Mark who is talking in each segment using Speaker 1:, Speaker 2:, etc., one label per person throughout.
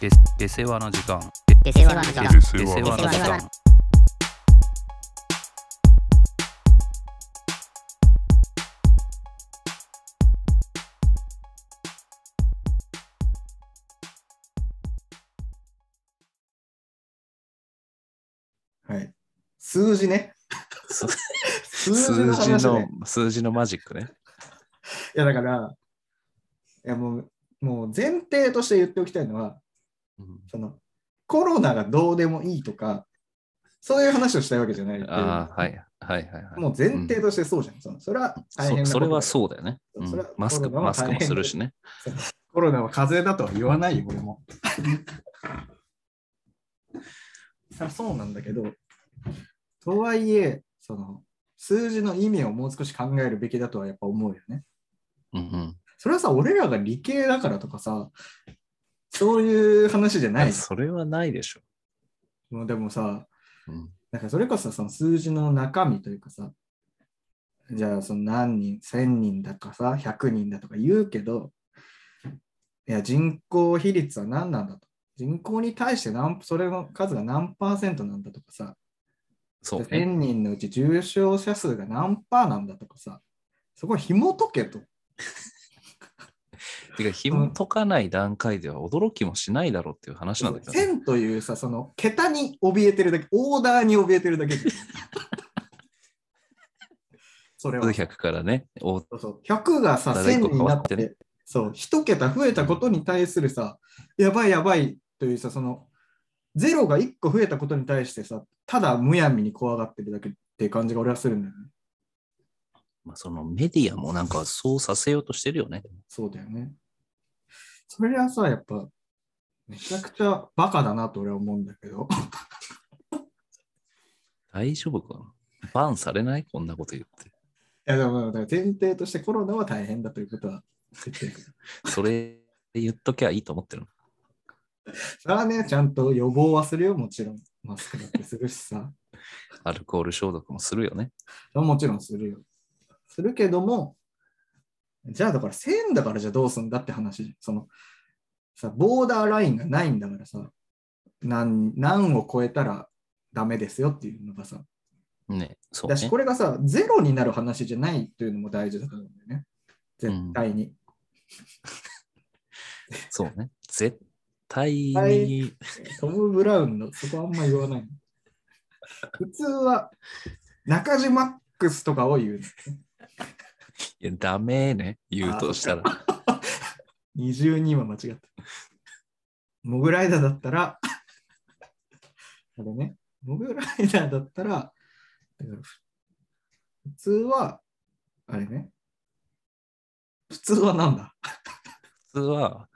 Speaker 1: で出世話の時間
Speaker 2: 出世話の時間
Speaker 3: で
Speaker 1: 出
Speaker 3: 世
Speaker 1: 世話の
Speaker 3: 話
Speaker 1: 時間
Speaker 4: はい。数字ね。
Speaker 3: す
Speaker 4: 数字の
Speaker 3: 数字
Speaker 4: 話
Speaker 3: の
Speaker 4: ね。、
Speaker 3: 数字のマジックね。
Speaker 4: いや、だから、いやもう、もう前提として言っておきたいのは、
Speaker 3: うん
Speaker 4: そのコロナがどうでもいいとか、そういう話をしたいわけじゃないっていう
Speaker 3: ああ、はい。はいはいはい。
Speaker 4: もう前提としてそうじゃん。そのそれは大変な
Speaker 3: そそれは
Speaker 4: う。
Speaker 3: そうだよね。うん
Speaker 4: それは
Speaker 3: マスク、
Speaker 4: コロナは
Speaker 3: マスクもするしね。
Speaker 4: コロナは風邪だとは言わないよ、俺も。 そりゃそうなんだけど、とはいえ、その数字の意味をもう少し考えるべきだとはやっぱ思うよね。
Speaker 3: うんうん
Speaker 4: それはさ、俺らが理系だからとかさ、そういう話じゃない
Speaker 3: や。それはないでしょ。
Speaker 4: もうでもさ、
Speaker 3: うん
Speaker 4: なんかそれこそその数字の中身というかさ、じゃあその何人、1000人だかさ、100人だとか言うけど、いや人口比率は何なんだと。人口に対して何それの数が何パーセントなんだとかさ、
Speaker 3: そうね、
Speaker 4: 1000人のうち重症者数が何パーなんだとかさ、そこ紐解けと。
Speaker 3: てか、紐解かない段階では驚きもしないだろうっていう話なんだけどね、
Speaker 4: 1000というさ、その桁に怯えてるだけ、オーダーに怯えてるだけ で。それは
Speaker 3: 数。百からね、お
Speaker 4: そうそう100がさ、
Speaker 3: だいぶ
Speaker 4: 1000
Speaker 3: 変
Speaker 4: に
Speaker 3: わ
Speaker 4: な
Speaker 3: っ
Speaker 4: ってて、
Speaker 3: ね
Speaker 4: そう、1桁増えたことに対するさ、やばいやばいというさ、その、ゼロが1個増えたことに対してさ、ただむやみに怖がってるだけっていう感じが俺はするんだよね。
Speaker 3: まあ、そのメディアもなんかそうさせようとしてるよね。
Speaker 4: そうだよね。それはさ、やっぱ、めちゃくちゃバカだなと俺は思うんだけど。
Speaker 3: 大丈夫かなバンされないこんなこと言って。
Speaker 4: いやでもだから前提としてコロナは大変だということは言ってるけど。
Speaker 3: それ言っときゃいいと思ってるの。
Speaker 4: それはね、ちゃんと予防はするよ、もちろん。マスクだってするしさ。
Speaker 3: アルコール消毒もするよね。
Speaker 4: もちろんするよ。するけども、じゃあだから1000だからじゃあどうすんだって話じゃん。そのさ、ボーダーラインがないんだからさ、何何を超えたらダメですよっていうのがさ、
Speaker 3: ね、そう
Speaker 4: だし
Speaker 3: ね
Speaker 4: こ。れがさ、ゼロになる話じゃないというのも大事だと思うんだよね。絶対に。
Speaker 3: そうね。絶対に、
Speaker 4: はいトム・ブラウンのそこあんま言わない。普通は中島マックスとかを言う。
Speaker 3: いやダメね、言うとしたら。
Speaker 4: 20人は間違った。モグライダーだったら、あれね、モグライダーだったら、だからふ普通は、あれね、普通はなんだ
Speaker 3: 普通は、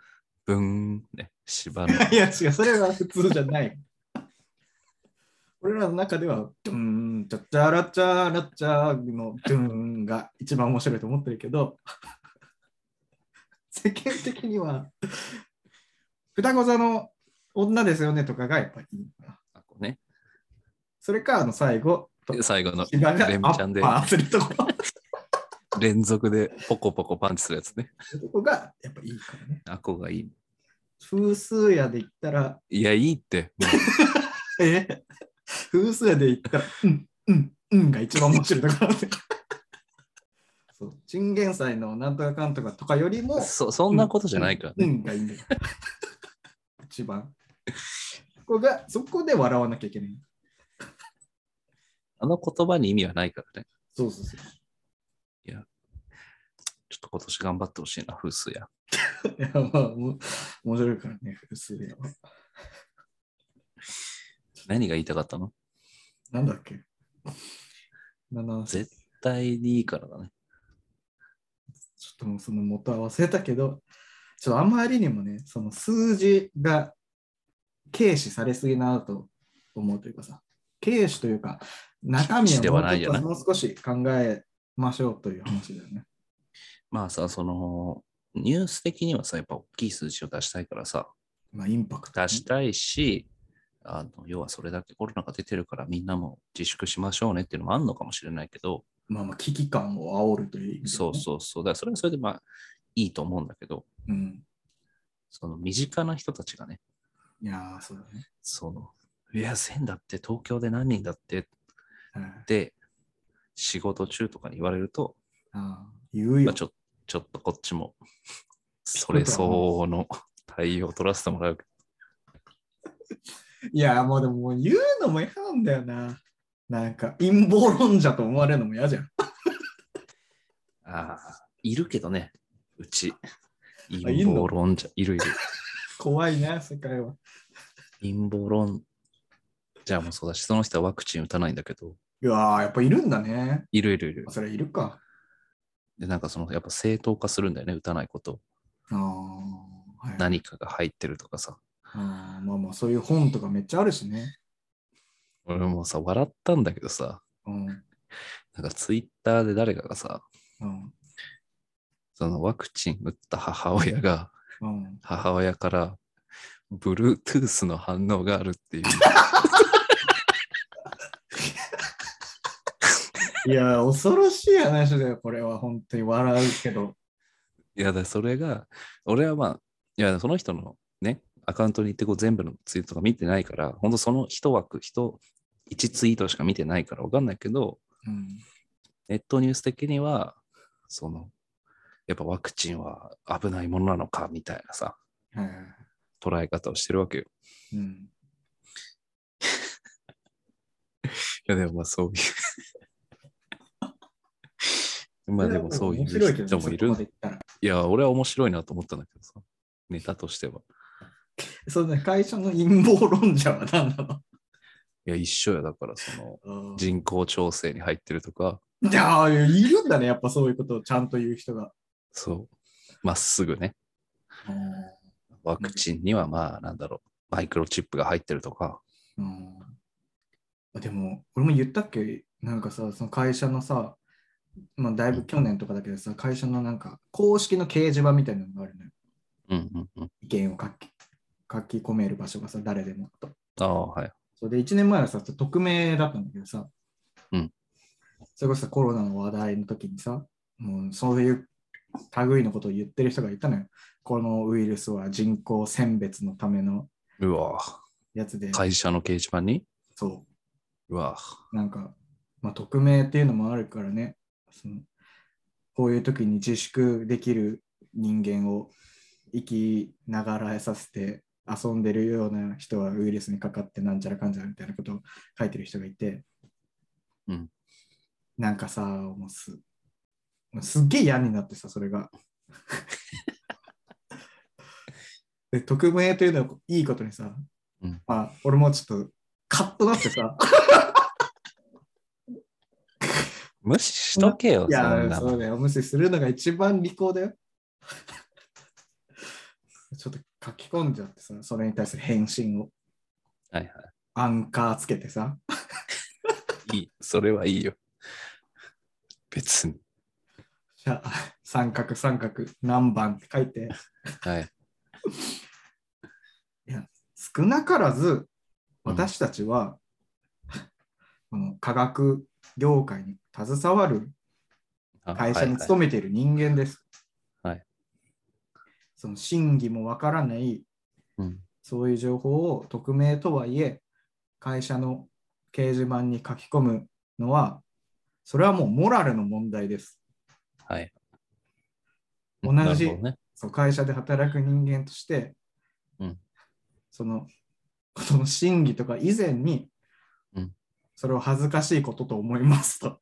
Speaker 3: ブーン、ね、芝 の。
Speaker 4: いや違う、それは普通じゃない。俺らの中では、ドゥーン、チャチャラチャラチャのドゥーンが一番面白いと思ってるけど、 世間的には、双子座の女ですよねとかがやっぱりいいのかな。
Speaker 3: あこ うね、
Speaker 4: それか、あの最後、
Speaker 3: 最後の
Speaker 4: 芝がア
Speaker 3: レ
Speaker 4: ッ
Speaker 3: ミ
Speaker 4: パ
Speaker 3: ちゃんで
Speaker 4: ーするとこ
Speaker 3: 連続でポコポコパンチするやつね。
Speaker 4: とこがやっぱいいからね。
Speaker 3: あこがいい。
Speaker 4: 風数屋で言ったら、
Speaker 3: いや、いい って。も
Speaker 4: え風数で言ったら、うん、うん、うんが一番面白いところなんだよそう、チンゲン菜のなんとかかんとかとかよりも
Speaker 3: う、そそんなことじゃないか
Speaker 4: う
Speaker 3: らね。
Speaker 4: んがいいんだよ。一番。そこが、そこで笑わなきゃいけない。
Speaker 3: あの言葉に意味はないからね。
Speaker 4: そうそうそう。
Speaker 3: ちょっと今年頑張ってほしいな、風水や。
Speaker 4: いや、まあ、もう面白いからね、風数屋は。
Speaker 3: 何が言いたかったの
Speaker 4: なんだっけ七
Speaker 3: 絶対にいいからだね。
Speaker 4: ちょっともうその元は忘れたけど、ちょっとあまりにもね、その数字が軽視されすぎなと思うというかさ、軽視というか、中身
Speaker 3: 視では
Speaker 4: をも
Speaker 3: な
Speaker 4: う
Speaker 3: い
Speaker 4: ち
Speaker 3: よ
Speaker 4: ょっ
Speaker 3: ね
Speaker 4: ともう少し考えましょうという話だよね。
Speaker 3: まあさ、その、ニュース的にはさ、やっぱ大きい数字を出したいからさ、
Speaker 4: まあ、インパクト、
Speaker 3: 出したいし、あの要はそれだけコロナが出てるからみんなも自粛しましょうねっていうのもあるのかもしれないけど、
Speaker 4: まあまあ、危機感を煽るという意味でね、
Speaker 3: そうそうそう、だからそれはそれでまあいいと思うんだけど、
Speaker 4: うん。
Speaker 3: その身近な人たちがね、
Speaker 4: いやー、そうだね。
Speaker 3: その、いや、1000だって、東京で何人だってっ
Speaker 4: はい、
Speaker 3: て、仕事中とかに言われると、
Speaker 4: あー言うよ。
Speaker 3: まあ、ちょちょっとこっちも、それ相応の対応を取らせてもらうけど。
Speaker 4: いやー、まあでももう言うのも嫌なんだよな。なんか陰謀論者と思われるのも嫌じゃん。
Speaker 3: ああ、いるけどね、うち。陰謀論者、いるいる。
Speaker 4: 怖いな、世界は。
Speaker 3: 陰謀論じゃあもうそうだし、その人はワクチン打たないんだけど、
Speaker 4: いやー、やっぱいるんだね。
Speaker 3: いるいるいる。
Speaker 4: それいるか。
Speaker 3: で、なんかその、やっぱ正当化するんだよね、打たないこと。
Speaker 4: あー、はい、
Speaker 3: 何かが入ってるとかさ。
Speaker 4: あーまあまあ、そういう本とかめっちゃあるしね。
Speaker 3: 俺もさ、笑ったんだけどさ、
Speaker 4: うん。
Speaker 3: なんかツイッターで誰かがさ、
Speaker 4: うん。
Speaker 3: そのワクチン打った母親が、
Speaker 4: うん、
Speaker 3: 母親から、Bluetooth の反応があるっていう。
Speaker 4: いやー、恐ろしい話だよ、これは。本当に笑うけど。
Speaker 3: いや、だそれが、俺はまあ、いや、その人のね、アカウントに行ってこう全部のツイートとか見てないから、本当その一枠、一、一ツイートしか見てないからわかんないけど、
Speaker 4: うん。
Speaker 3: ネットニュース的には、その、やっぱワクチンは危ないものなのかみたいなさ、
Speaker 4: はいはいは
Speaker 3: 捉え方をしてるわけよ。
Speaker 4: い。うん。
Speaker 3: いや、でもまあそういう。 まあでもそうい
Speaker 4: 面白いけ
Speaker 3: う
Speaker 4: ど
Speaker 3: 人
Speaker 4: ね、
Speaker 3: もい
Speaker 4: そこ
Speaker 3: る
Speaker 4: ま。で言ったら
Speaker 3: いや、俺は面白いなと思ったんだけどさ、ネタとしては。
Speaker 4: その会社の陰謀論者は何なの
Speaker 3: いや、一緒や、だからその、
Speaker 4: うん
Speaker 3: 人口調整に入ってるとか、
Speaker 4: いやー、いるんだね、やっぱそういうことをちゃんと言う人が。
Speaker 3: そう、まっすぐね、ワクチンにはまあ、なんだろう、マイクロチップが入ってるとか、
Speaker 4: うんでも、俺も言ったっけなんかさ、その会社のさ、まあ、だいぶ去年とかだけどさ、会社のなんか公式の掲示板みたいなのがあるのよ。
Speaker 3: うんうんうん。
Speaker 4: 意見を書き書き込める場所がさ、誰でもと。
Speaker 3: ああ、はい。
Speaker 4: そうで、1年前はさ、匿名だったんだけどさ、
Speaker 3: うん
Speaker 4: それこそさコロナの話題の時にさ、もうそういう類のことを言ってる人がいたのよ。このウイルスは人口選別のための
Speaker 3: うわ
Speaker 4: やつで、
Speaker 3: 会社の掲示板に
Speaker 4: そう
Speaker 3: わ
Speaker 4: なんか、まあ、匿名っていうのもあるからね、そのこういう時に自粛できる人間を生きながらえさせて遊んでるような人はウイルスにかかってなんちゃらかんちゃらみたいなことを書いてる人がいて、
Speaker 3: うん
Speaker 4: なんかさ、もうすもうすっげえ嫌になってさ、それ が。で匿名というのはいいことにさ、
Speaker 3: うん
Speaker 4: まあ、俺もちょっとカッとなってさ、
Speaker 3: 無視しとけよ、
Speaker 4: い
Speaker 3: そん
Speaker 4: や、
Speaker 3: な
Speaker 4: そ
Speaker 3: の
Speaker 4: うだよ。無視するのが一番利口だよ。 ちょっと書き込んじゃってさ、それに対する返信を。
Speaker 3: はいは
Speaker 4: アンカーつけてさ。
Speaker 3: い。いい、それはいいよ。別に。
Speaker 4: じゃあ、三角三角何番って書いて。
Speaker 3: はい。
Speaker 4: 少なからず、私たちは、この科学業界に携わる
Speaker 3: あ
Speaker 4: 会社に
Speaker 3: はい
Speaker 4: 勤めている人間です。
Speaker 3: はい
Speaker 4: その真偽もわからない
Speaker 3: はいうん
Speaker 4: そういう情報を匿名とはいえ、会社の掲示板に書き込むのは、それはもうモラルの問題です。
Speaker 3: はい。
Speaker 4: 同
Speaker 3: なる
Speaker 4: じ
Speaker 3: ほどね。
Speaker 4: そう会社で働く人間として、
Speaker 3: うん
Speaker 4: そのことの真偽とか以前に、
Speaker 3: うん
Speaker 4: それを恥ずかしいことと思います と。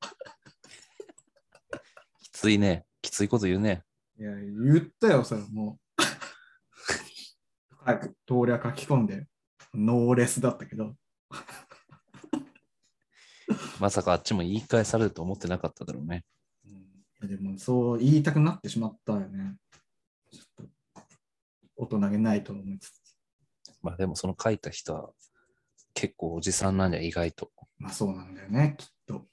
Speaker 3: きついね。きついこと言うね。
Speaker 4: いや、言ったよ、それもう。早く、と俺は書き込んで、ノーレスだったけど、
Speaker 3: まさかあっちも言い返されると思ってなかっただろうね。
Speaker 4: うんいやでもそう言いたくなってしまったよね。ちょっと大人げないと思いつつ。
Speaker 3: まあでもその書いた人は結構おじさんなんじゃ意外と。
Speaker 4: まあそうなんだよね、きっと。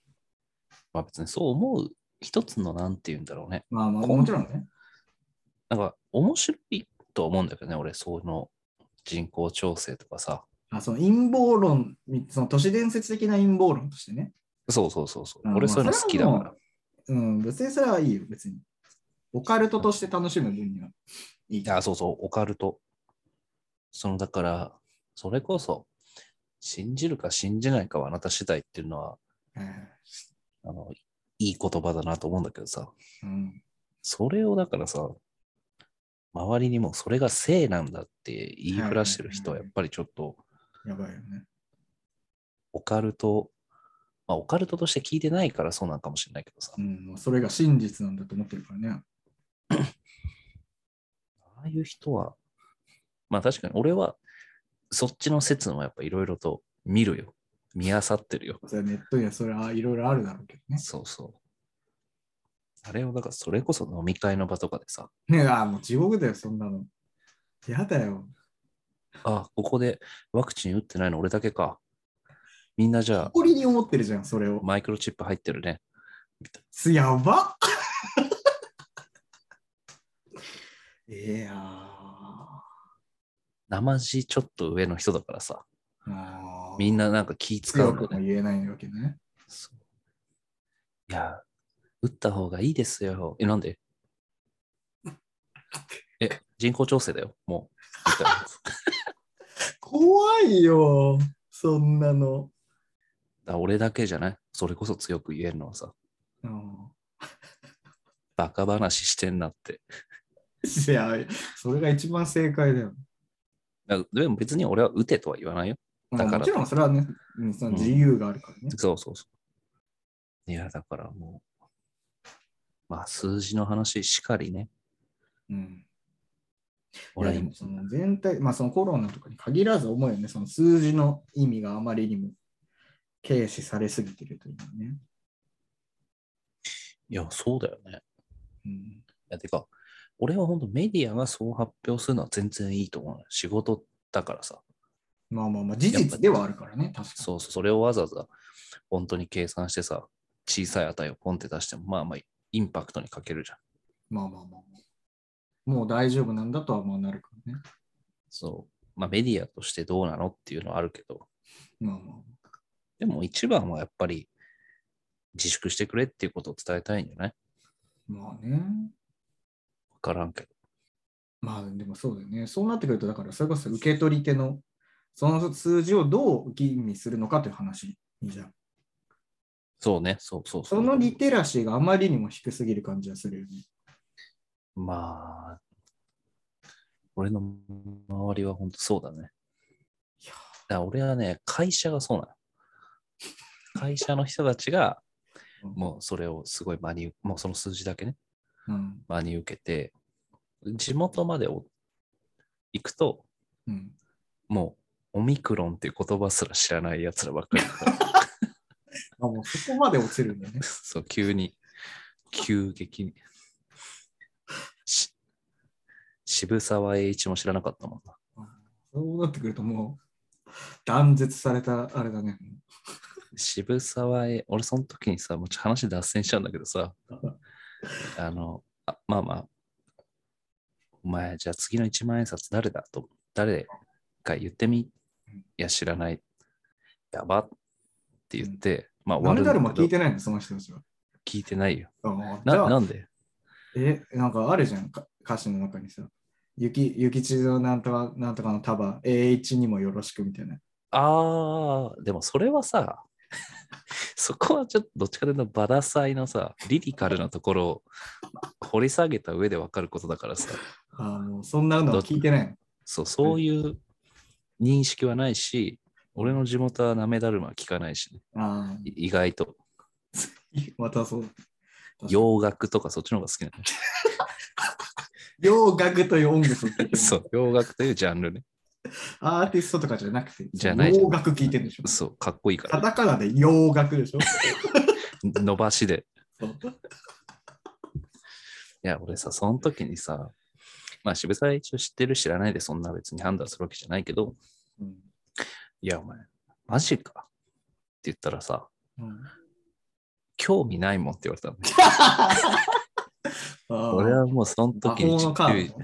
Speaker 3: まあ別にそう思う一つのなんて言うんだろうね。
Speaker 4: まあまあ
Speaker 3: こん
Speaker 4: もちろんね。
Speaker 3: なんか面白いとは思うんだけどね、俺、その人口調整とかさ。
Speaker 4: あその陰謀論、みその都市伝説的な陰謀論としてね。
Speaker 3: そうそうそうそう。
Speaker 4: あ
Speaker 3: 俺そういうの好きだ
Speaker 4: まあそれ
Speaker 3: か
Speaker 4: はうん、別にそれはいいよ、別に。オカルトとして楽しむ分には。いい。
Speaker 3: ら。あそうそう、オカルト。そのだから、それこそ、信じるか信じないかはあなた次第っていうのは、
Speaker 4: はいはい
Speaker 3: あの、いい言葉だなと思うんだけどさ、
Speaker 4: うん。
Speaker 3: それをだからさ、周りにもそれが性なんだって言いふらしてる人はやっぱりちょっと
Speaker 4: やばいよね。
Speaker 3: オカルト、まあオカルトとして聞いてないからそうなんかもしれないけどさ、
Speaker 4: うん。もうそれが真実なんだと思ってるからね。
Speaker 3: ああいう人は、まあ確かに俺はそっちの説もやっぱいろいろと見るよ。見漁ってるよ。
Speaker 4: それはネットにはそれはいろいろあるだろうけどね。
Speaker 3: そうそう。あれをだからそれこそ飲み会の場とかでさ、
Speaker 4: ねああ、もう地獄だよ、そんなの。やだよ。
Speaker 3: あ、ここでワクチン打ってないの俺だけか。みんなじゃあ
Speaker 4: 誇りに思ってるじゃん、それを。
Speaker 3: マイクロチップ入ってるね。
Speaker 4: すやば いやー
Speaker 3: 生地ちょっと上の人だからさ、
Speaker 4: あー
Speaker 3: みんななんか気使
Speaker 4: 強
Speaker 3: うの
Speaker 4: くも
Speaker 3: ね。
Speaker 4: 言えないわけね。
Speaker 3: そういや、打った方がいいですよ。え、なんでえ、人口調整だよ、もう。みたいなだか
Speaker 4: 怖いよ、そんなの。
Speaker 3: ら俺だけじゃないそれこそ強く言えるのはさ、
Speaker 4: うん
Speaker 3: バカ話してんなって。
Speaker 4: いや、それが一番正解だよ。
Speaker 3: だからでも別に俺は打てとは言わないよ。だから
Speaker 4: もちろんそれはね、うんその自由があるからね。
Speaker 3: そうそうそう。いや、だからもう、まあ数字の話しかりね。
Speaker 4: うん
Speaker 3: 俺はい
Speaker 4: やでもその全体、まあそのコロナとかに限らず思うよね、その数字の意味があまりにも軽視されすぎてるというかね。
Speaker 3: いや、そうだよね。
Speaker 4: うん、
Speaker 3: いや、てか、俺は本当メディアがそう発表するのは全然いいと思うのよ。仕事だからさ。
Speaker 4: まあまあまあ、事実ではあるからね、確か
Speaker 3: そうそう、それをわざわざ本当に計算してさ、小さい値をポンって出しても、まあまあ、インパクトに欠けるじゃん。
Speaker 4: に。まあまあまあまあ。もう大丈夫なんだとはまあなるからね。
Speaker 3: そう。まあ、メディアとしてどうなのっていうのはあるけど、
Speaker 4: まあまあまあ。
Speaker 3: でも一番はやっぱり自粛してくれっていうことを伝えたいんじゃない
Speaker 4: まあね。
Speaker 3: わからんけど。
Speaker 4: まあでもそうだよね。そうなってくると、だからそれこそ受け取り手のその数字をどう吟味するのかという話じゃん。
Speaker 3: そうね、そうそうそう。
Speaker 4: そのリテラシーがあまりにも低すぎる感じがするよね。
Speaker 3: まあ、俺の周りは本当そうだね。
Speaker 4: いや
Speaker 3: だから俺はね、会社がそうなの。会社の人たちが、もうそれをすごい真に、もうその数字だけね、
Speaker 4: うん。
Speaker 3: 真に受けて、地元までお行くと、
Speaker 4: うん。
Speaker 3: もうオミクロンっていう言葉すら知らない奴らばっかりだから
Speaker 4: あ、もうそこまで落ちるんだね。
Speaker 3: そう、急に、急激に。し渋沢栄一も知らなかったもんな。
Speaker 4: そうなってくるともう断絶されたあれだね。
Speaker 3: 渋沢栄、俺その時にさ、もうちょっと話脱線しちゃうんだけ どさ、あの、あまあまあ、お前、じゃあ次の一万円札誰だと、誰か言ってみ。いや、知らない。やばって言って、まあ
Speaker 4: な
Speaker 3: 終
Speaker 4: ん
Speaker 3: わ
Speaker 4: だ
Speaker 3: る
Speaker 4: ろ
Speaker 3: ん
Speaker 4: も
Speaker 3: だけ
Speaker 4: 聞い
Speaker 3: ど、
Speaker 4: てないの、その人たちは。
Speaker 3: 聞いてないよ。
Speaker 4: あーじ
Speaker 3: な
Speaker 4: ゃ
Speaker 3: な
Speaker 4: あ、
Speaker 3: んで
Speaker 4: え、なんかあるじゃん、か歌詞の中にさ。雪、雪地のなんとか、なんとかの束、A1 にもよろしくみたいな。
Speaker 3: ああ、でもそれはさ、 そこはちょっとどっちかというとバラサイのさ、リリカルなところを掘り下げた上で分かることだからさ、
Speaker 4: あーもうそんなのは聞いてないの。
Speaker 3: そう、そういう認識はないし、俺の地元はなめだるまは聞かないしね、
Speaker 4: あ
Speaker 3: い意外と。
Speaker 4: ーまたそう。
Speaker 3: 洋楽とかそっちの方が好きな
Speaker 4: 洋楽という音楽を聞いてる
Speaker 3: の。 そう、洋楽というジャンルね。
Speaker 4: アーティストとかじゃなくて、
Speaker 3: じゃないじゃん
Speaker 4: 洋楽聞いてるんでしょ。
Speaker 3: そう、かっこいいか
Speaker 4: カ
Speaker 3: ら。
Speaker 4: タカナで洋楽 でしょ。
Speaker 3: 伸ばしで。
Speaker 4: そう
Speaker 3: いや、俺さ、その時にさ、まあ渋沢栄一を知ってる知らないでそんな別に判断するわけじゃないけど、
Speaker 4: うん
Speaker 3: いや、お前、マジかって言ったらさ、
Speaker 4: うん
Speaker 3: 興味ないもんって言われたのね。俺
Speaker 4: 俺
Speaker 3: はもうその時に
Speaker 4: 魔法のカ
Speaker 3: 注
Speaker 4: ー
Speaker 3: 意
Speaker 4: ド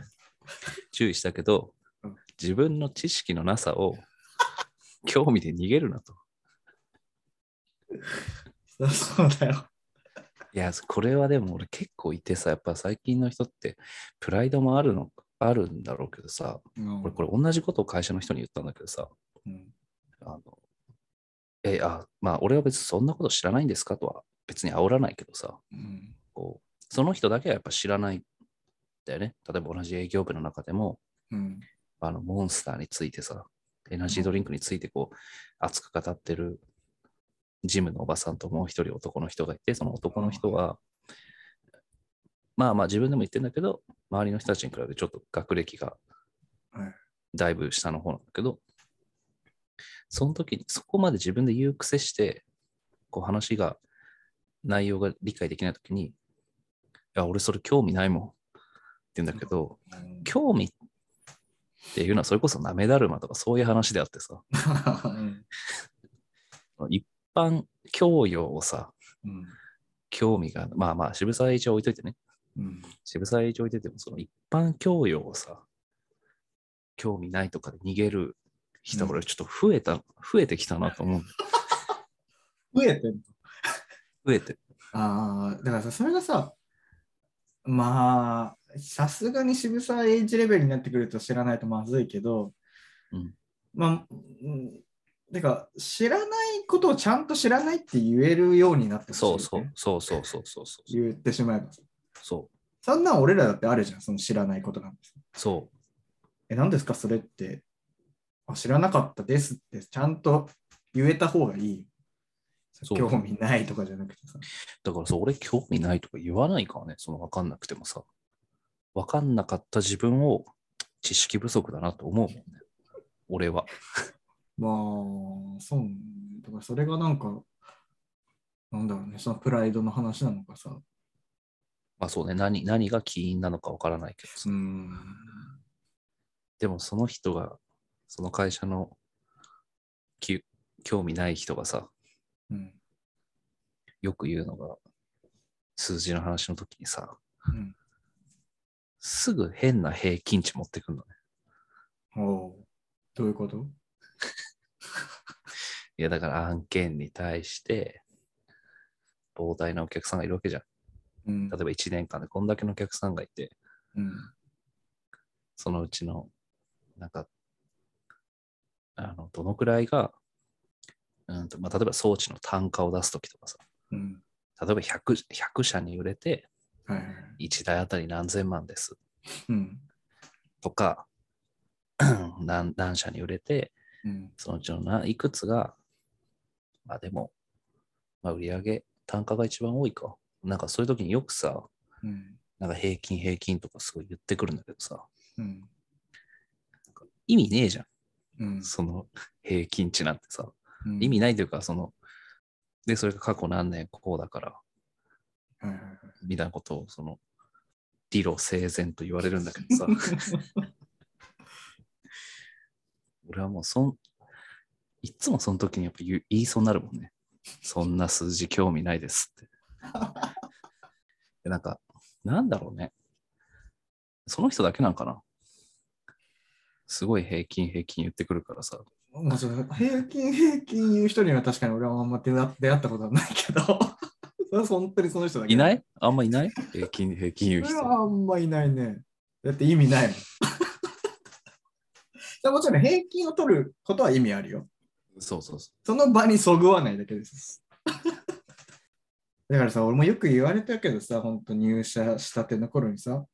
Speaker 3: 注意したけど
Speaker 4: うん、
Speaker 3: 自分の知識のなさを興味で逃げるなと。
Speaker 4: そうそうだよ。
Speaker 3: いや、これはでも俺結構いてさ、やっぱ最近の人ってプライドもあるの、あるんだろうけどさ、
Speaker 4: うん
Speaker 3: 俺これ同じことを会社の人に言ったんだけどさ、
Speaker 4: うん。
Speaker 3: あの、え、あ、まあ、俺は別にそんなこと知らないんですかとは別に煽らないけどさ、
Speaker 4: うん。
Speaker 3: こう、その人だけはやっぱ知らないんだよね。例えば同じ営業部の中でも、
Speaker 4: うん。
Speaker 3: あの、モンスターについてさ、エナジードリンクについてこう、熱く語ってるジムのおばさんともう一人男の人がいて、その男の人は、まあまあ自分でも言ってんだけど、周りの人たちに比べてちょっと学歴が
Speaker 4: はい
Speaker 3: だいぶ下の方なんだけど、その時にそこまで自分で言う癖して、こう話が、内容が理解できない時に、いや、俺それ興味ないもんって言うんだけど、
Speaker 4: うん
Speaker 3: 興味っていうのはそれこそなめだるまとかそういう話であってさ、 一般教養をさ、
Speaker 4: うん。
Speaker 3: 興味が、まあまあ渋沢栄一は置いといてね、
Speaker 4: うん。
Speaker 3: 渋沢栄一置いといても、その一般教養をさ、興味ないとかで逃げる人
Speaker 4: うん
Speaker 3: が俺ちょっと増えた、増えてきたなと思う。
Speaker 4: 増えてる
Speaker 3: 増えて。
Speaker 4: ああ、だからさ、それがさ、まあ、さすがに渋沢栄一レベルになってくると知らないとまずいけど、
Speaker 3: うん
Speaker 4: まあ、うんてか、知らないことをちゃんと知らないって言えるようになってほしい
Speaker 3: そ
Speaker 4: よ
Speaker 3: う
Speaker 4: ね
Speaker 3: そう、そうそうそうそうそう。
Speaker 4: 言ってしまえば。
Speaker 3: そ
Speaker 4: そんなん俺らだってあるじゃん、その知らないことなんです。
Speaker 3: う、そ
Speaker 4: え、何ですか、それって。あ、知らなかったですって、ちゃんと言えた方がいいよ。
Speaker 3: そう
Speaker 4: 興味ないとかじゃなくてさ。
Speaker 3: う。だからさ、俺興味ないとか言わないからね、その分かんなくてもさ、分かんなかった自分を知識不足だなと思うもんね。俺は。
Speaker 4: まあ、そうね、だからそれがなんか、なんだろうね、そのプライドの話なのかさ。
Speaker 3: まあそうね、何何が起因なのかわからないけどさ、
Speaker 4: ん。
Speaker 3: でもその人が、その会社のき興味ない人がさ、
Speaker 4: うん。
Speaker 3: よく言うのが、数字の話の時にさ、
Speaker 4: うん
Speaker 3: すぐ変な平均値持ってくるのね。
Speaker 4: おうどういうこと
Speaker 3: いや、だから案件に対して、膨大なお客さんがいるわけじゃん。
Speaker 4: うん
Speaker 3: 例えば1年間でこんだけのお客さんがいて、
Speaker 4: うん。
Speaker 3: そのうちの、なんか、あの、どのくらいが、うんとまあ、例えば装置の単価を出すときとかさ、
Speaker 4: うん。
Speaker 3: 例えば 100, 100社に売れて
Speaker 4: はいはい。
Speaker 3: 1台あたり何千万です
Speaker 4: うん。
Speaker 3: とか何何社に売れて
Speaker 4: うん。
Speaker 3: そのうちのないくつがまあでも、まあ、売上単価が一番多いかなんかそういう時によくさ
Speaker 4: うん。
Speaker 3: なんか平均平均とかすごい言ってくるんだけどさ
Speaker 4: うん。
Speaker 3: 意味ねえじゃ
Speaker 4: うん
Speaker 3: ん。その平均値なんてさ
Speaker 4: うん
Speaker 3: 意味ないというかそのでそれが過去何年こうだから
Speaker 4: はいはいは
Speaker 3: みたいなことをその理路整然と言われるんだけ どさ俺はもうそん、いっつもその時にやっぱ言う言いそうになるもんね。そんな数字興味ないですって。 でなんか、なんだろうね。その人だけなんかな。すごい平均平均言ってくるからさ。
Speaker 4: い。まあ、その平均平均言う人には確かに俺はあんま出会出会ったことはないけど、 それは本当にその人だけ。
Speaker 3: いないあんまいない平均平均言う
Speaker 4: それ
Speaker 3: 人。
Speaker 4: はあんまいないね。だって意味ないもん。でもちろん平均を取ることは意味あるよ。
Speaker 3: そうそうそ
Speaker 4: その場にそぐわないだけです。 だからさ、俺もよく言われたけどさ、本当入社したての頃にさ、
Speaker 3: う。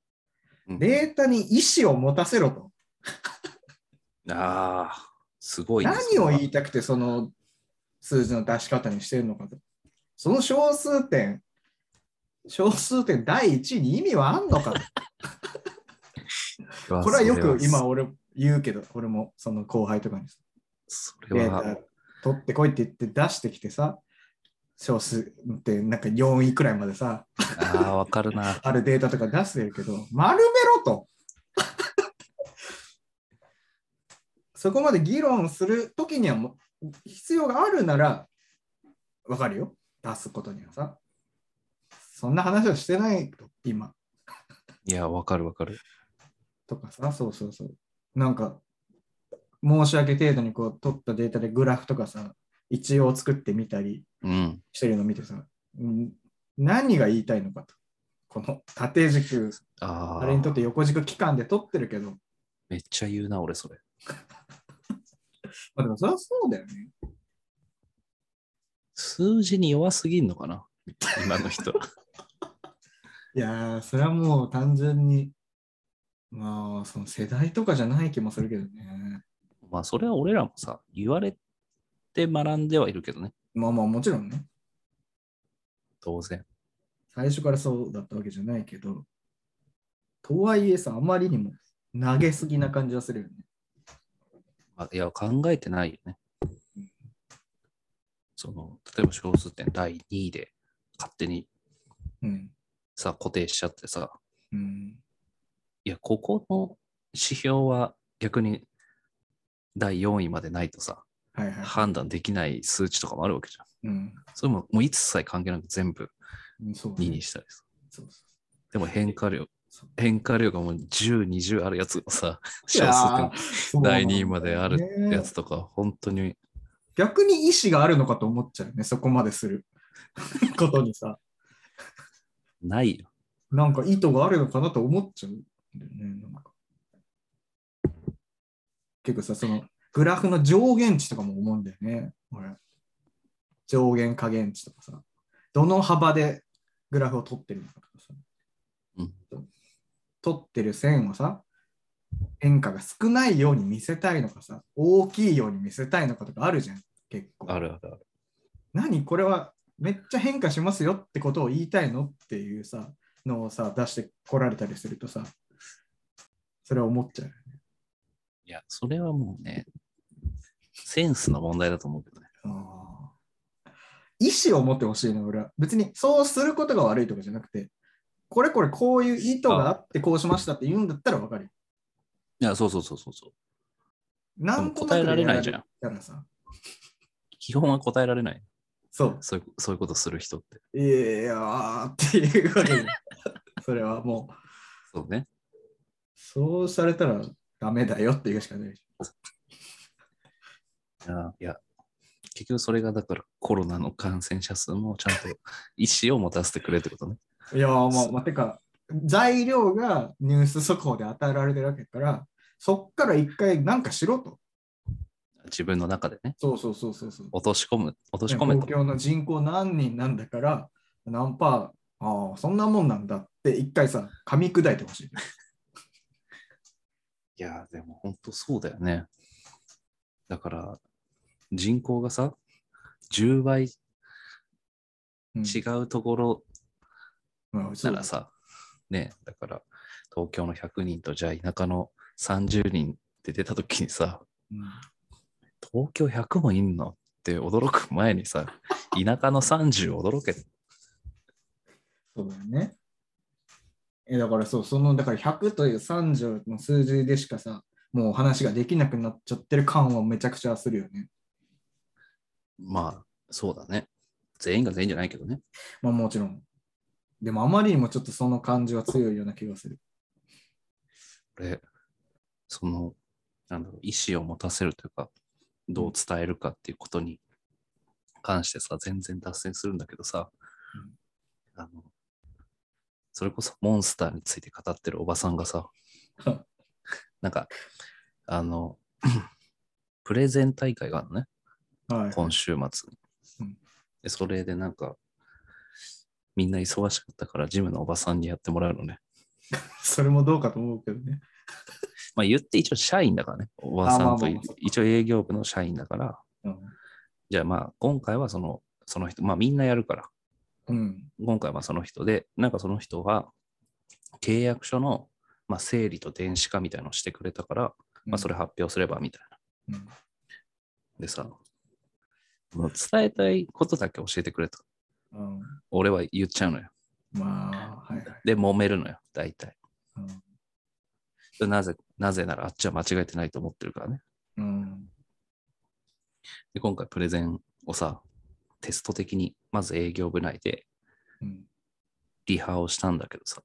Speaker 3: うん
Speaker 4: データに意思を持たせろと。
Speaker 3: ああ、すごいね、
Speaker 4: 何を言
Speaker 3: い
Speaker 4: いたくてその数字の出し方にしてるのかと。その小数点、小数点第1位に意味はあんのかと。これはよく今俺言うけど、俺もその後輩とかにさ
Speaker 3: それ
Speaker 4: デ
Speaker 3: は
Speaker 4: ータ取ってこいって言って出してきてさ、小数ってなんか4位くらいまでさ、
Speaker 3: ああ、わかるな。
Speaker 4: あるデータとか出してるけど、丸めろと そこまで議論するときにはもう必要があるならわかるよ、出すことにはさ。そんな話はしてないと、今。
Speaker 3: いや、わかるわかる。
Speaker 4: とかさ、そうそうそう。なんか、申し訳程度にこう取ったデータでグラフとかさ、一応作ってみたり
Speaker 3: うん。
Speaker 4: してるの見てさ、うん何が言いたいのかと。この縦軸、
Speaker 3: ああ。
Speaker 4: あれにとって横軸期間で取ってるけど、
Speaker 3: めっちゃ言うな、俺それ。
Speaker 4: まあでもそりゃそうだよね。
Speaker 3: 数字に弱すぎんのかな 今の人。
Speaker 4: いやー、それはもう単純に、まあ、その世代とかじゃない気もするけどね。
Speaker 3: まあ、それは俺らもさ、言われて学んではいるけどね、
Speaker 4: まあまあ、もちろんね、
Speaker 3: 当然。
Speaker 4: 最初からそうだったわけじゃないけど、とはいえさ、あまりにも投げすぎな感じはするよね。
Speaker 3: まあ、いや、考えてないよね。その、例えば小数点第2位で勝手に
Speaker 4: うん。
Speaker 3: さ、固定しちゃってさ、
Speaker 4: うん。
Speaker 3: いや、ここの指標は逆に第4位までないとさ、
Speaker 4: はいはい。
Speaker 3: 判断できない数値とかもあるわけじゃん。
Speaker 4: うん。
Speaker 3: それももう一切関係なく全部
Speaker 4: うんそうだ
Speaker 3: 2
Speaker 4: ね
Speaker 3: に。したりさ。
Speaker 4: そうそう
Speaker 3: でも変化量、
Speaker 4: そう
Speaker 3: 変化量がもう10、20あるやつがさ、
Speaker 4: いや
Speaker 3: 小
Speaker 4: ー
Speaker 3: 数点
Speaker 4: そうなんだ
Speaker 3: 第
Speaker 4: よね
Speaker 3: 2位まであるやつとか、本当に、
Speaker 4: 逆に意思があるのかと思っちゃうね、そこまでする ことにさ。
Speaker 3: ないよ。
Speaker 4: なんか意図があるのかなと思っちゃうんだよね。なんか結構さ、そのグラフの上限値とかも思うんだよね。俺上限下限値とかさ。どの幅でグラフを取ってるのかとかさ。
Speaker 3: うん
Speaker 4: 取ってる線をさ、変化が少ないように見せたいのかさ、大きいように見せたいのかとかあるじゃん、結構。
Speaker 3: あるあるある。
Speaker 4: 何これはめっちゃ変化しますよってことを言いたいのっていうさのをさ出してこられたりするとさそれは思っちゃう
Speaker 3: いや、それはもうね、センスの問題だと思うけどね。
Speaker 4: 意思を持ってほしいの俺は別にそうすることが悪いとかじゃなくてこれこれこういう意図があってこうしましたって言うんだったら分かるよ
Speaker 3: いや、そうそうそうそうそう。で
Speaker 4: な
Speaker 3: も
Speaker 4: んと
Speaker 3: 答
Speaker 4: な
Speaker 3: え
Speaker 4: く
Speaker 3: られないじ
Speaker 4: や
Speaker 3: ゃん。
Speaker 4: られたらさ
Speaker 3: 基本は答えられない。
Speaker 4: そう
Speaker 3: そういうそういうことする人って。
Speaker 4: いやーっていうわけでそれはもう
Speaker 3: そうね。
Speaker 4: そうされたらダメだよっていうしかない
Speaker 3: いやいや、結局それがだからコロナの感染者数もちゃんと意思を持たせてくれってことね。
Speaker 4: いやー、まあ、
Speaker 3: そ
Speaker 4: まあ、てか、材料がニュース速報で与えられてるわけだから、そっから一回なんかしろと。
Speaker 3: 自分の中でね、
Speaker 4: そうそうそうそうそう。
Speaker 3: 落とし込む、落とし込め
Speaker 4: 東
Speaker 3: と。
Speaker 4: 京の人口何人なんだから、何パー、ああ、そんなもんなんだって一回さ、噛み砕いてほしい。
Speaker 3: いや、でも本当そうだよね。だから、人口がさ、10倍
Speaker 4: うん
Speaker 3: 違うところ
Speaker 4: まあ、そ
Speaker 3: な
Speaker 4: う
Speaker 3: らさ、ね、だから東京の100人とじゃあ田舎の30人って出た時にさ、
Speaker 4: うん
Speaker 3: 東京100もいんのって驚く前にさ、田舎の30驚け。
Speaker 4: そうだよね。え、だからそう、その、だから100という30の数字でしかさ、もう話ができなくなっちゃってる感はめちゃくちゃするよね。
Speaker 3: まあ、そうだね。全員が全員じゃないけどね。
Speaker 4: まあもちろん。でもあまりにもちょっとその感じは強いような気がする。
Speaker 3: 俺、その、なんだろう、意思を持たせるというか、どう伝えるかっていうことに関してさ、全然脱線するんだけどさ、あの、それこそモンスターについて語ってるおばさんがさ、なんか、あの、 プレゼン大会があるのね。
Speaker 4: はい。
Speaker 3: 今週末
Speaker 4: う
Speaker 3: に
Speaker 4: ん。
Speaker 3: で、それでなんか、みんな忙しかったから、ジムのおばさんにやってもらうのね。
Speaker 4: それもどうかと思うけどね。
Speaker 3: まあ言って一応社員だからね、おばさんと
Speaker 4: あまあまあ
Speaker 3: い
Speaker 4: まあ
Speaker 3: 一応営業部の社員だから、じゃあまあ今回はその、その人、まあみんなやるから、
Speaker 4: うん。
Speaker 3: 今回はその人で、なんかその人は契約書の、まあ、整理と電子化みたいなのをしてくれたから、まあそれ発表すればみたいな。
Speaker 4: うん。
Speaker 3: でさ、もう伝えたいことだけ教えてくれと。
Speaker 4: うん。
Speaker 3: 俺は言っちゃうのよ。
Speaker 4: まあ、はいはい。
Speaker 3: で、揉めるのよ、大体。
Speaker 4: うん
Speaker 3: なぜ、なぜならあっちは間違えてないと思ってるからね。
Speaker 4: うん。
Speaker 3: で、今回プレゼンをさ、テスト的に、まず営業部内で
Speaker 4: うん。
Speaker 3: リハをしたんだけどさ、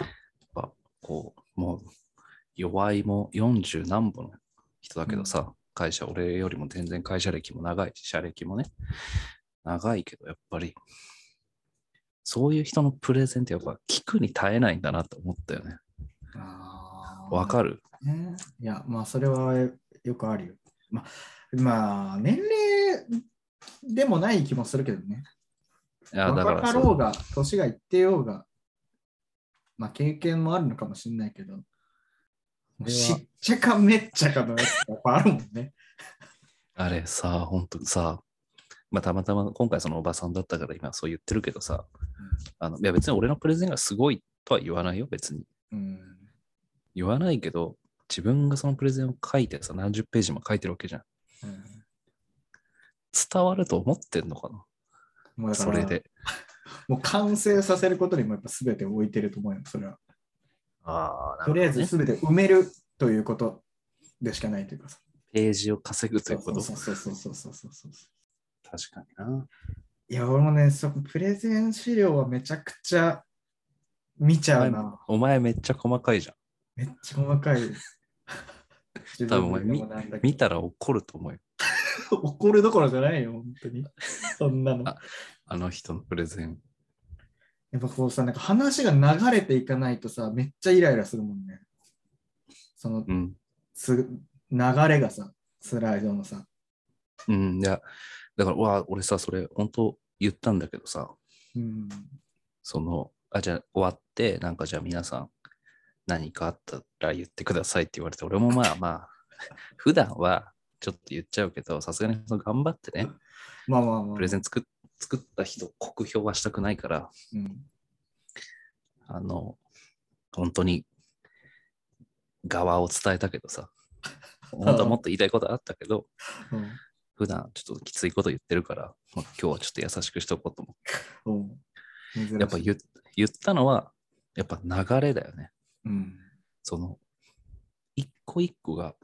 Speaker 3: やっぱこう、もう、弱いも40何歩の人だけどさ、会社、俺よりも全然会社歴も長いし、社歴もね、長いけど、やっぱり、そういう人のプレゼンってやっぱ聞くに耐えないんだなと思ったよね。
Speaker 4: ああ。
Speaker 3: わかる
Speaker 4: ね。いや、まあ、それはよくあるよ。まあ、まあ、年齢でもない気もするけどね。
Speaker 3: いや、だ
Speaker 4: 若
Speaker 3: から
Speaker 4: か
Speaker 3: そ
Speaker 4: ろ
Speaker 3: う
Speaker 4: うが、年がいってようが、まあ、経験もあるのかもしれないけど、もう
Speaker 3: れは
Speaker 4: しっちゃかめっちゃかのやつやっぱあるもんね。
Speaker 3: あれさ、本当にさ、まあ、たまたま今回そのおばさんだったから今そう言ってるけどさ、あのいや別に俺のプレゼンがすごいとは言わないよ、別に。
Speaker 4: うん。
Speaker 3: 言わないけど、自分がそのプレゼンを書いてさ、何十ページも書いてるわけじゃん。
Speaker 4: うん
Speaker 3: 伝わると思ってんのか
Speaker 4: もう
Speaker 3: な
Speaker 4: だか
Speaker 3: そ
Speaker 4: ら
Speaker 3: れで。
Speaker 4: もう完成させることにもやっぱ全てを置いてると思うよ、それは。
Speaker 3: あ
Speaker 4: とりあえず全て埋めるということでしかないというかさ。
Speaker 3: ページを稼ぐということ。
Speaker 4: そうそうそうそうそうそうそうそう。
Speaker 3: 確かにな。
Speaker 4: いや、俺もね、そのプレゼン資料はめちゃくちゃ見ちゃうな。
Speaker 3: お前めっちゃ細かいじゃん。
Speaker 4: めっちゃ細かい。自
Speaker 3: 多
Speaker 4: 分
Speaker 3: 分お前
Speaker 4: で
Speaker 3: み
Speaker 4: もなんだけど
Speaker 3: 見たら怒ると思うよ。
Speaker 4: 怒るどころじゃないよ、本当に。そんなの。
Speaker 3: ああの人のプレゼン。
Speaker 4: やっぱこうさ、なんか話が流れていかないとさ、めっちゃイライラするもんね。その
Speaker 3: うん。
Speaker 4: す流れがさ、スライドのさ。
Speaker 3: うん。いや、だから、わあ、俺さ、それ本当言ったんだけどさ、
Speaker 4: うん。
Speaker 3: その、あ、じゃあ終わって、なんかじゃあ皆さん、何かあったら言ってくださいって言われて、俺もまあまあ、 普段はちょっと言っちゃうけど、さすがにその頑張ってね、
Speaker 4: まあまあまあ。
Speaker 3: プレゼン作っ作った人、酷評はしたくないから、
Speaker 4: うん
Speaker 3: あの、本当に側を伝えたけどさ、本当はもっと言いたいことあったけど、
Speaker 4: うん
Speaker 3: 普段ちょっときついこと言ってるから、まあ今日はちょっと優しくしとこうと
Speaker 4: う
Speaker 3: 思っ
Speaker 4: ん珍しい
Speaker 3: て。やっぱ言言ったのは、やっぱ流れだよね。
Speaker 4: うん。
Speaker 3: その、一個一個が、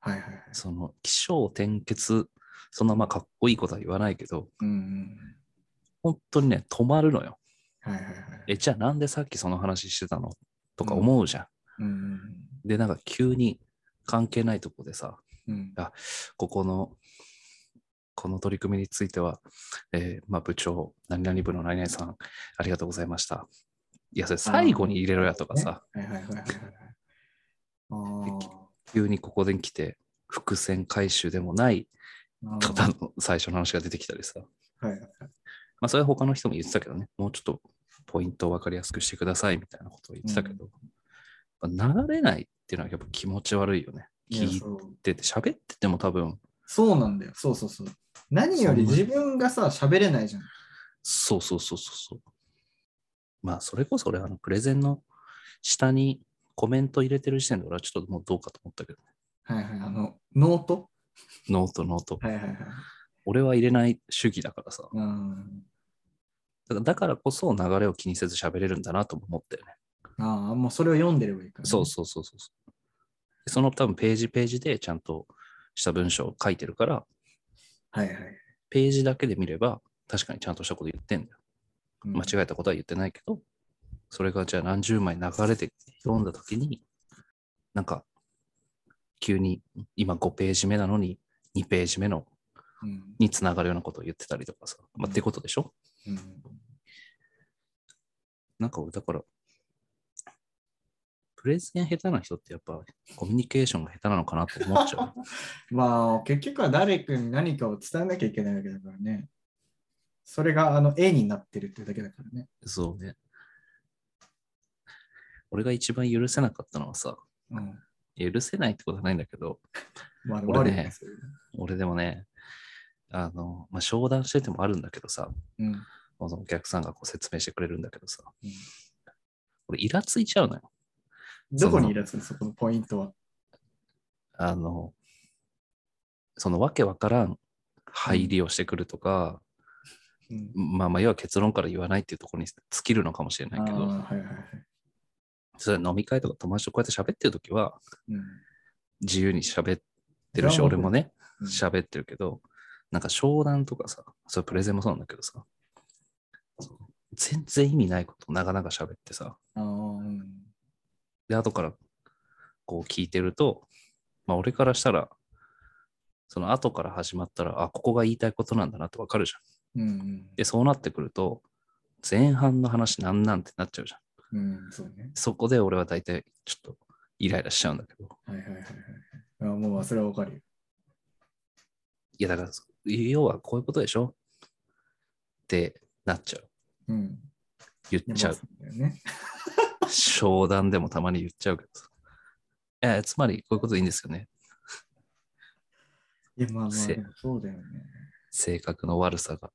Speaker 4: はいはいはい。
Speaker 3: その、起承転結、そんなまあかっこいいことは言わないけど、
Speaker 4: うんうん。
Speaker 3: 本当にね、止まるのよ。
Speaker 4: はいはいはい。
Speaker 3: え、じゃあなんでさっきその話してたのとか思うじゃん。
Speaker 4: うんうん
Speaker 3: で、なんか急に関係ないとこでさ、
Speaker 4: うん。うん
Speaker 3: ここの、この取り組みについては、えーまあ、部長、何々部の何々さん、ありがとうございました。いや、それ最後に入れろやとかさ、
Speaker 4: はいはいはいはいはい。あ
Speaker 3: 急にここで来て、伏線回収でもない
Speaker 4: ーあー。
Speaker 3: 方の最初の話が出てきたりさ、
Speaker 4: はい。
Speaker 3: まあ、それは他の人も言ってたけどね、もうちょっとポイントを分かりやすくしてくださいみたいなことを言ってたけど、まあ流れないっていうのはやっぱ気持ち悪いよね。
Speaker 4: いや
Speaker 3: 聞い
Speaker 4: そう
Speaker 3: てて、喋ってても多分、
Speaker 4: そうなんだよ。そうそうそう。何より自分がさ、喋れないじゃん。
Speaker 3: そうそうそうそうそう。まあ、それこそ俺、あの、プレゼンの下にコメント入れてる時点で俺はちょっともうどうかと思ったけど、
Speaker 4: はいはい。あの、ノート
Speaker 3: ノート、ノート。
Speaker 4: はいはいはい。
Speaker 3: 俺は入れない主義だからさ。
Speaker 4: うん。
Speaker 3: だからだからこそ流れを気にせず喋れるんだなとも思ったよね。
Speaker 4: ああ、もうそれを読んでればいいから、
Speaker 3: そうそうそうそうそう。でその多分ページページでちゃんとした文章を書いてるから、
Speaker 4: う。はいはい。
Speaker 3: ページだけで見れば確かにちゃんとしたこと言ってんだ
Speaker 4: う
Speaker 3: よ。
Speaker 4: ん
Speaker 3: 間違えたことは言ってないけど、それがじゃあ何十枚流れて読んだときに、なんか、急に今5ページ目なのに2ページ目の
Speaker 4: うん。
Speaker 3: につながるようなことを言ってたりとかさ、ま
Speaker 4: う
Speaker 3: あ、
Speaker 4: ん
Speaker 3: ってことでしょ
Speaker 4: うん
Speaker 3: なんか俺だから、プレゼン下手な人ってやっぱコミュニケーションが下手なのかなと思っち ゃう。
Speaker 4: まあ、結局は誰かに何かを伝えなきゃいけないわけだからね。それがあの絵になってるっていうだけだからね。
Speaker 3: そうね。俺が一番許せなかったのはさ、
Speaker 4: うん。
Speaker 3: 許せないってことはないんだけど、
Speaker 4: まあ、
Speaker 3: 俺ね
Speaker 4: 悪いですよ
Speaker 3: 俺でもね、あの、まあ、商談しててもあるんだけどさ、
Speaker 4: うん。
Speaker 3: まあそのお客さんがこう説明してくれるんだけどさ、
Speaker 4: うん
Speaker 3: 俺、イラついちゃうのよ。
Speaker 4: どこにいらっしゃるそこのポイントは。
Speaker 3: あの、そのわけわからん入りをしてくるとか、
Speaker 4: うん。
Speaker 3: まあまあ、要は結論から言わないっていうところに尽きるのかもしれないけ
Speaker 4: あー
Speaker 3: ど、
Speaker 4: はいはいはい。
Speaker 3: それは飲み会とか友達とこうやって喋ってるときは、
Speaker 4: うん。
Speaker 3: 自由に喋ってるし、
Speaker 4: それはもう
Speaker 3: 俺もね、
Speaker 4: うん
Speaker 3: 喋ってるけど、なんか商談とかさ、それプレゼンもそうなんだけどさ、そう全然意味ないことをなかなか喋ってさ、
Speaker 4: ああ、うん。
Speaker 3: で、後からこう聞いてると、まあ俺からしたら、その後から始まったら、あ、ここが言いたいことなんだなってわかるじゃん。
Speaker 4: うん
Speaker 3: で、そうなってくると、前半の話なんなんってなっちゃうじゃん。
Speaker 4: うん。うん、そうね。
Speaker 3: そこで俺は大体ちょっとイライラしちゃうんだけど、
Speaker 4: はいはいはいはい。あもうそれはわかるよ。
Speaker 3: いや、だから、要はこういうことでしょってなっちゃう。
Speaker 4: うん。
Speaker 3: 言
Speaker 4: いや
Speaker 3: っちゃ
Speaker 4: まあ
Speaker 3: う
Speaker 4: そ。うだよね。
Speaker 3: 商談でもたまに言っちゃうけどさ。いや、つまり、こういうことでいいんですよね。
Speaker 4: いや、まあまあ、
Speaker 3: せ
Speaker 4: でもそうだよね。
Speaker 3: 性格の悪さ が。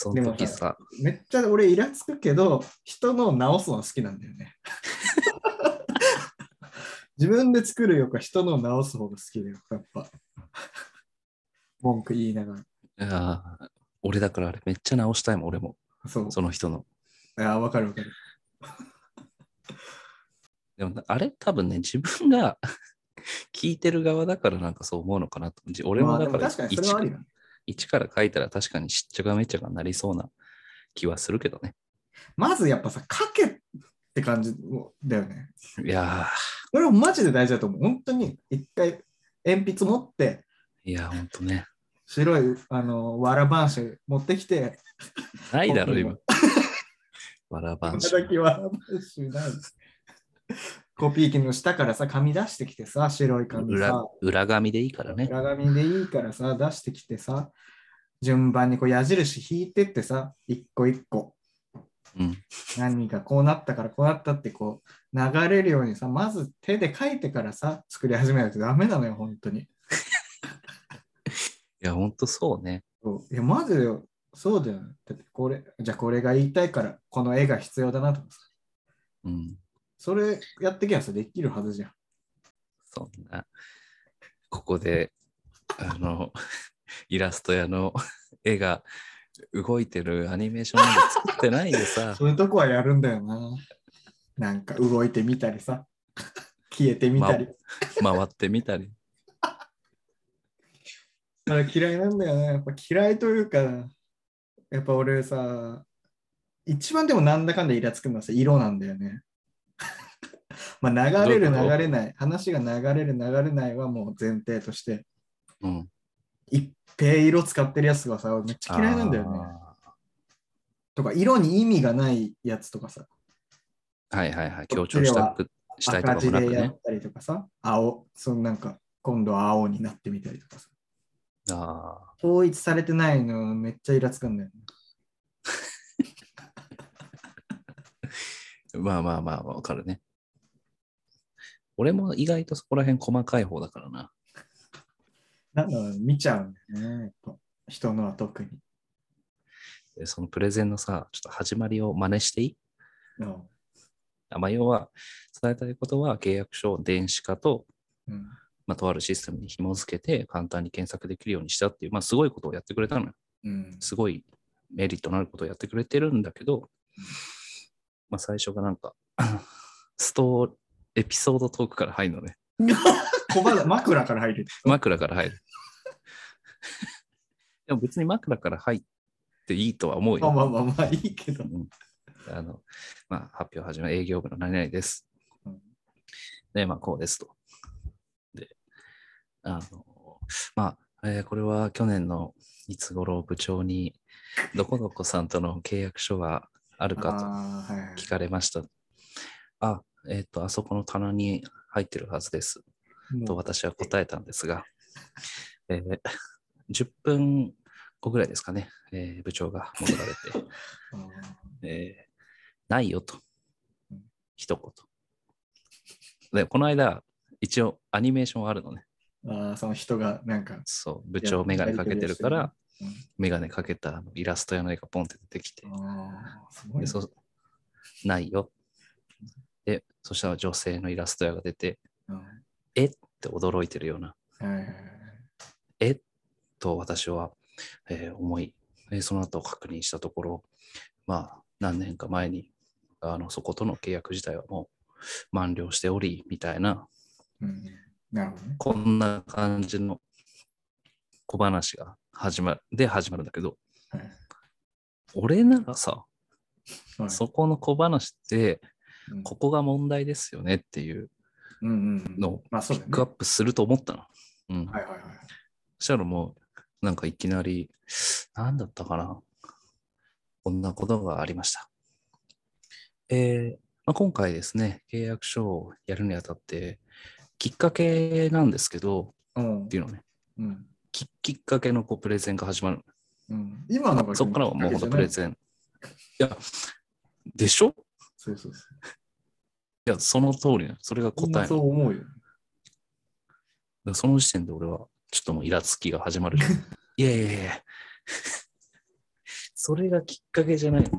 Speaker 3: その時さ、
Speaker 4: めっちゃ俺イラつくけど、人の直すのは好きなんだよ ね。自分で作るよりか人の直す方が好きだよ、やっぱ。文句言いなが
Speaker 3: あー俺だからあれめっちゃ直したいもん、俺も。
Speaker 4: ら。そう。
Speaker 3: その人の。
Speaker 4: あわかるわかる。
Speaker 3: でもあれ多分ね、自分が 聞いてる側だからなんかそう思うのかなと。じ俺もだか
Speaker 4: ま
Speaker 3: ら
Speaker 4: あでも確かにそれ
Speaker 3: 一
Speaker 4: はあ
Speaker 3: か
Speaker 4: るよね。
Speaker 3: 一から書いたら確かにしっちゃかめっちゃかになりそうな気はするけどね。
Speaker 4: まずやっぱさ、書けって感じだよね。
Speaker 3: いや
Speaker 4: これもマジで大事だと思う。本当に一回鉛筆持って、
Speaker 3: ー、いやー、ほんとね。
Speaker 4: 白いあのわら半紙持ってきて、
Speaker 3: ないだろ、
Speaker 4: 僕
Speaker 3: 今
Speaker 4: も。
Speaker 3: わらば
Speaker 4: い
Speaker 3: ん
Speaker 4: た
Speaker 3: し。
Speaker 4: だきわら半紙ない。コピー機の下からさ、紙出してきてさ、白い紙
Speaker 3: 裏
Speaker 4: さ、
Speaker 3: 裏紙でいいからね。
Speaker 4: 裏紙でいいからさ、出してきてさ、順番にこう矢印引いてってさ、一個一個、
Speaker 3: うん。
Speaker 4: 何かこうなったからこうなったってこう流れるようにさ、まず手で書いてからさ、作り始めないとダメなのよ、本当に。
Speaker 3: いや、ほんとそうね。
Speaker 4: そういや、マジでよそうだよ、ね。だってこれ、じゃあこれが言いたいから、この絵が必要だなとかさ。
Speaker 3: うん。
Speaker 4: それやってきゃさ、できるはずじゃん。
Speaker 3: そんな、ここで、あの、 イラスト屋の絵が動いてるアニメーションなんて作ってないでさ、
Speaker 4: そういうとこはやるんだよな。なんか動いてみたりさ、消えてみたり。
Speaker 3: 回ってみたり。
Speaker 4: それ嫌いなんだよね。やっぱ嫌いというか、やっぱ俺さ、一番でもなんだかんだイラつくのはさ、色なんだよね。 まあ流れる
Speaker 3: どういうこと
Speaker 4: 流れない、話が流れる流れないはもう前提として、
Speaker 3: うん。
Speaker 4: 一平色使ってるやつはさ、俺めっちゃ嫌いなんだよね。
Speaker 3: あ
Speaker 4: とか、色に意味がないやつとかさ、
Speaker 3: ーはいはいはい。強調したくしたいとか
Speaker 4: 赤字
Speaker 3: もな
Speaker 4: で
Speaker 3: く
Speaker 4: や
Speaker 3: ね
Speaker 4: っ。たりとかさ、青、そのなんか、今度は青になってみたりとかさ、
Speaker 3: ああ。
Speaker 4: 統一されてないのめっちゃイラつくんだよね。
Speaker 3: まあまあまあ、わかるね。俺も意外とそこら辺細かい方だからな。
Speaker 4: なんだろう、見ちゃうんだよね、やっぱ人のは特に。
Speaker 3: でそのプレゼンのさ、ちょっと始まりを真似していい
Speaker 4: うん
Speaker 3: あまあ、要は、伝えたいことは契約書を電子化と、
Speaker 4: うん、
Speaker 3: まあ、とあるシステムに紐付けて簡単に検索できるようにしたっていう、まあ、すごいことをやってくれたのよ。
Speaker 4: うん、
Speaker 3: すごいメリットのあることをやってくれてるんだけど、まあ、最初がなんか、 ストーエピソードトークから入るのね。
Speaker 4: 小鼻枕から入る。
Speaker 3: 枕から入る。でも別に枕から入っていいとは思う
Speaker 4: まあ
Speaker 3: よ。
Speaker 4: まあまあまあいいけど。
Speaker 3: うんあのまあ、発表始め、営業部の何々です
Speaker 4: うん。
Speaker 3: で、まあ、こうですと。で、あの、まあ、えーこれは去年のいつ頃部長に、どこどこさんとの契約書はある
Speaker 4: あ
Speaker 3: か
Speaker 4: ーはいはい
Speaker 3: と聞かれました。あ、えっ、と、あそこの棚に入ってるはずです。と
Speaker 4: もう
Speaker 3: 私は答えたんですが、えー10分後ぐらいですかね、えー部長が戻られて、
Speaker 4: あー
Speaker 3: えーないよと
Speaker 4: うん、
Speaker 3: 一言。で、この間、一応アニメーションあるのね。
Speaker 4: あーその人がなんか、
Speaker 3: そう、部長メガネかけてる
Speaker 4: やって
Speaker 3: から
Speaker 4: るやつね、
Speaker 3: メガネかけたあのイラスト屋の絵がポンって出てきて
Speaker 4: あ、ーすごいね
Speaker 3: でそないよ。で、そしたら女性のイラスト屋が出て、
Speaker 4: うん
Speaker 3: えって驚いてるような
Speaker 4: はいはいはい
Speaker 3: えっと私は、えー思い、えーその後確認したところ、まあ、何年か前にあのそことの契約自体はもう満了しており、みたいな、
Speaker 4: うんなるほどね。
Speaker 3: こんな感じの小話が始まる、で始まるんだけど、
Speaker 4: はい
Speaker 3: 俺ならさ、
Speaker 4: はい
Speaker 3: そこの小話って、
Speaker 4: うん
Speaker 3: ここが問題ですよねっていう
Speaker 4: うんうんうん
Speaker 3: のを
Speaker 4: まあ
Speaker 3: ピ
Speaker 4: そうだ
Speaker 3: ックア
Speaker 4: よ
Speaker 3: ッ
Speaker 4: ね。
Speaker 3: プすると思ったの。うん、
Speaker 4: はいはいはい。
Speaker 3: そしたらもう、なんかいきなり、なんだったかな。こんなことがありました。えーまあ、今回ですね、契約書をやるにあたって、きっかけなんですけど、
Speaker 4: うん
Speaker 3: って。いうのね、
Speaker 4: うん。
Speaker 3: ききっかけのこうプレゼンが始まる。
Speaker 4: うん、今のが
Speaker 3: そこからはもうほんとプレゼン。いや、でしょ
Speaker 4: そうそうそう。
Speaker 3: いや、その通りなのそれが答
Speaker 4: み
Speaker 3: え
Speaker 4: ん
Speaker 3: なの
Speaker 4: なそう思うよ。
Speaker 3: だからその時点で俺は、ちょっともうイラつきが始まるじゃん。 いやいやいや。 それがきっかけじゃない。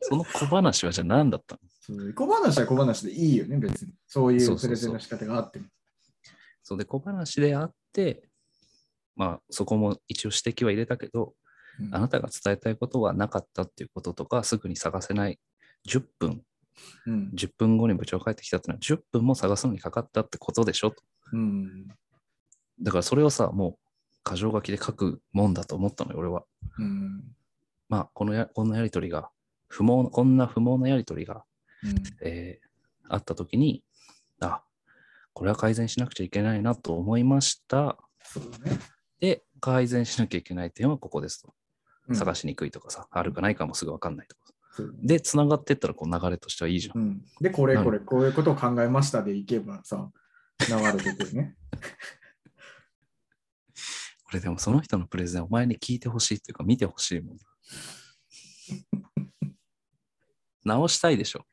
Speaker 3: その小話はじゃあ何だったの
Speaker 4: そう小話は小話でいいよね、別に。そうい
Speaker 3: そううそ
Speaker 4: プ
Speaker 3: う
Speaker 4: レ
Speaker 3: そう
Speaker 4: ゼンの仕方があっても。
Speaker 3: そうで、小話であって、まあそこも一応指摘は入れたけど、
Speaker 4: うん
Speaker 3: あなたが伝えたいことはなかったっていうこととか、すぐに探せない10分、
Speaker 4: うん。
Speaker 3: 10分後に部長帰ってきたってのは10分も探すのにかかったってことでしょと。
Speaker 4: うん。
Speaker 3: だからそれをさ、もう箇条書きで書くもんだと思ったのよ、俺は。
Speaker 4: うん。うん
Speaker 3: まあ、このや、こんなやりとりが、不毛、こんな不毛なやりとりが、
Speaker 4: うん
Speaker 3: えーあったときに、あ、これは改善しなくちゃいけないなと思いました。
Speaker 4: そうだね。
Speaker 3: で、改善しなきゃいけない点はここですと。
Speaker 4: うん
Speaker 3: 探しにくいとかさ、あるかないかもすぐわかんないとか。
Speaker 4: そう
Speaker 3: で、つながってったら、こう流れとしてはいいじゃん。
Speaker 4: うん、で、これ
Speaker 3: なる
Speaker 4: これ、こういうことを考えましたでいけばさ、流れてくるね。
Speaker 3: これでもその人のプレゼン、お前に聞いてほしいっていうか、見てほしい もん。直したいでしょ。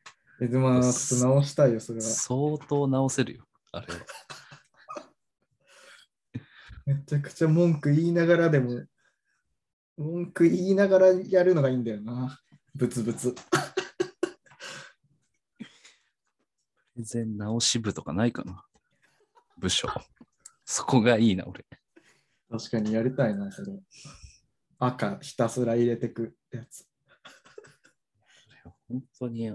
Speaker 4: えずまあ、ちょっと直したいよ、それは。
Speaker 3: 相当直せるよ。あれは。
Speaker 4: めちゃくちゃ文句言いながらでも、文句言いながらやるのがいいんだよな。ブツブツ。
Speaker 3: 全然直し部とかないかな部署。そこがいいな、俺。
Speaker 4: 確かにやりたいな、それ。赤ひたすら入れてくやつ。
Speaker 3: 本当に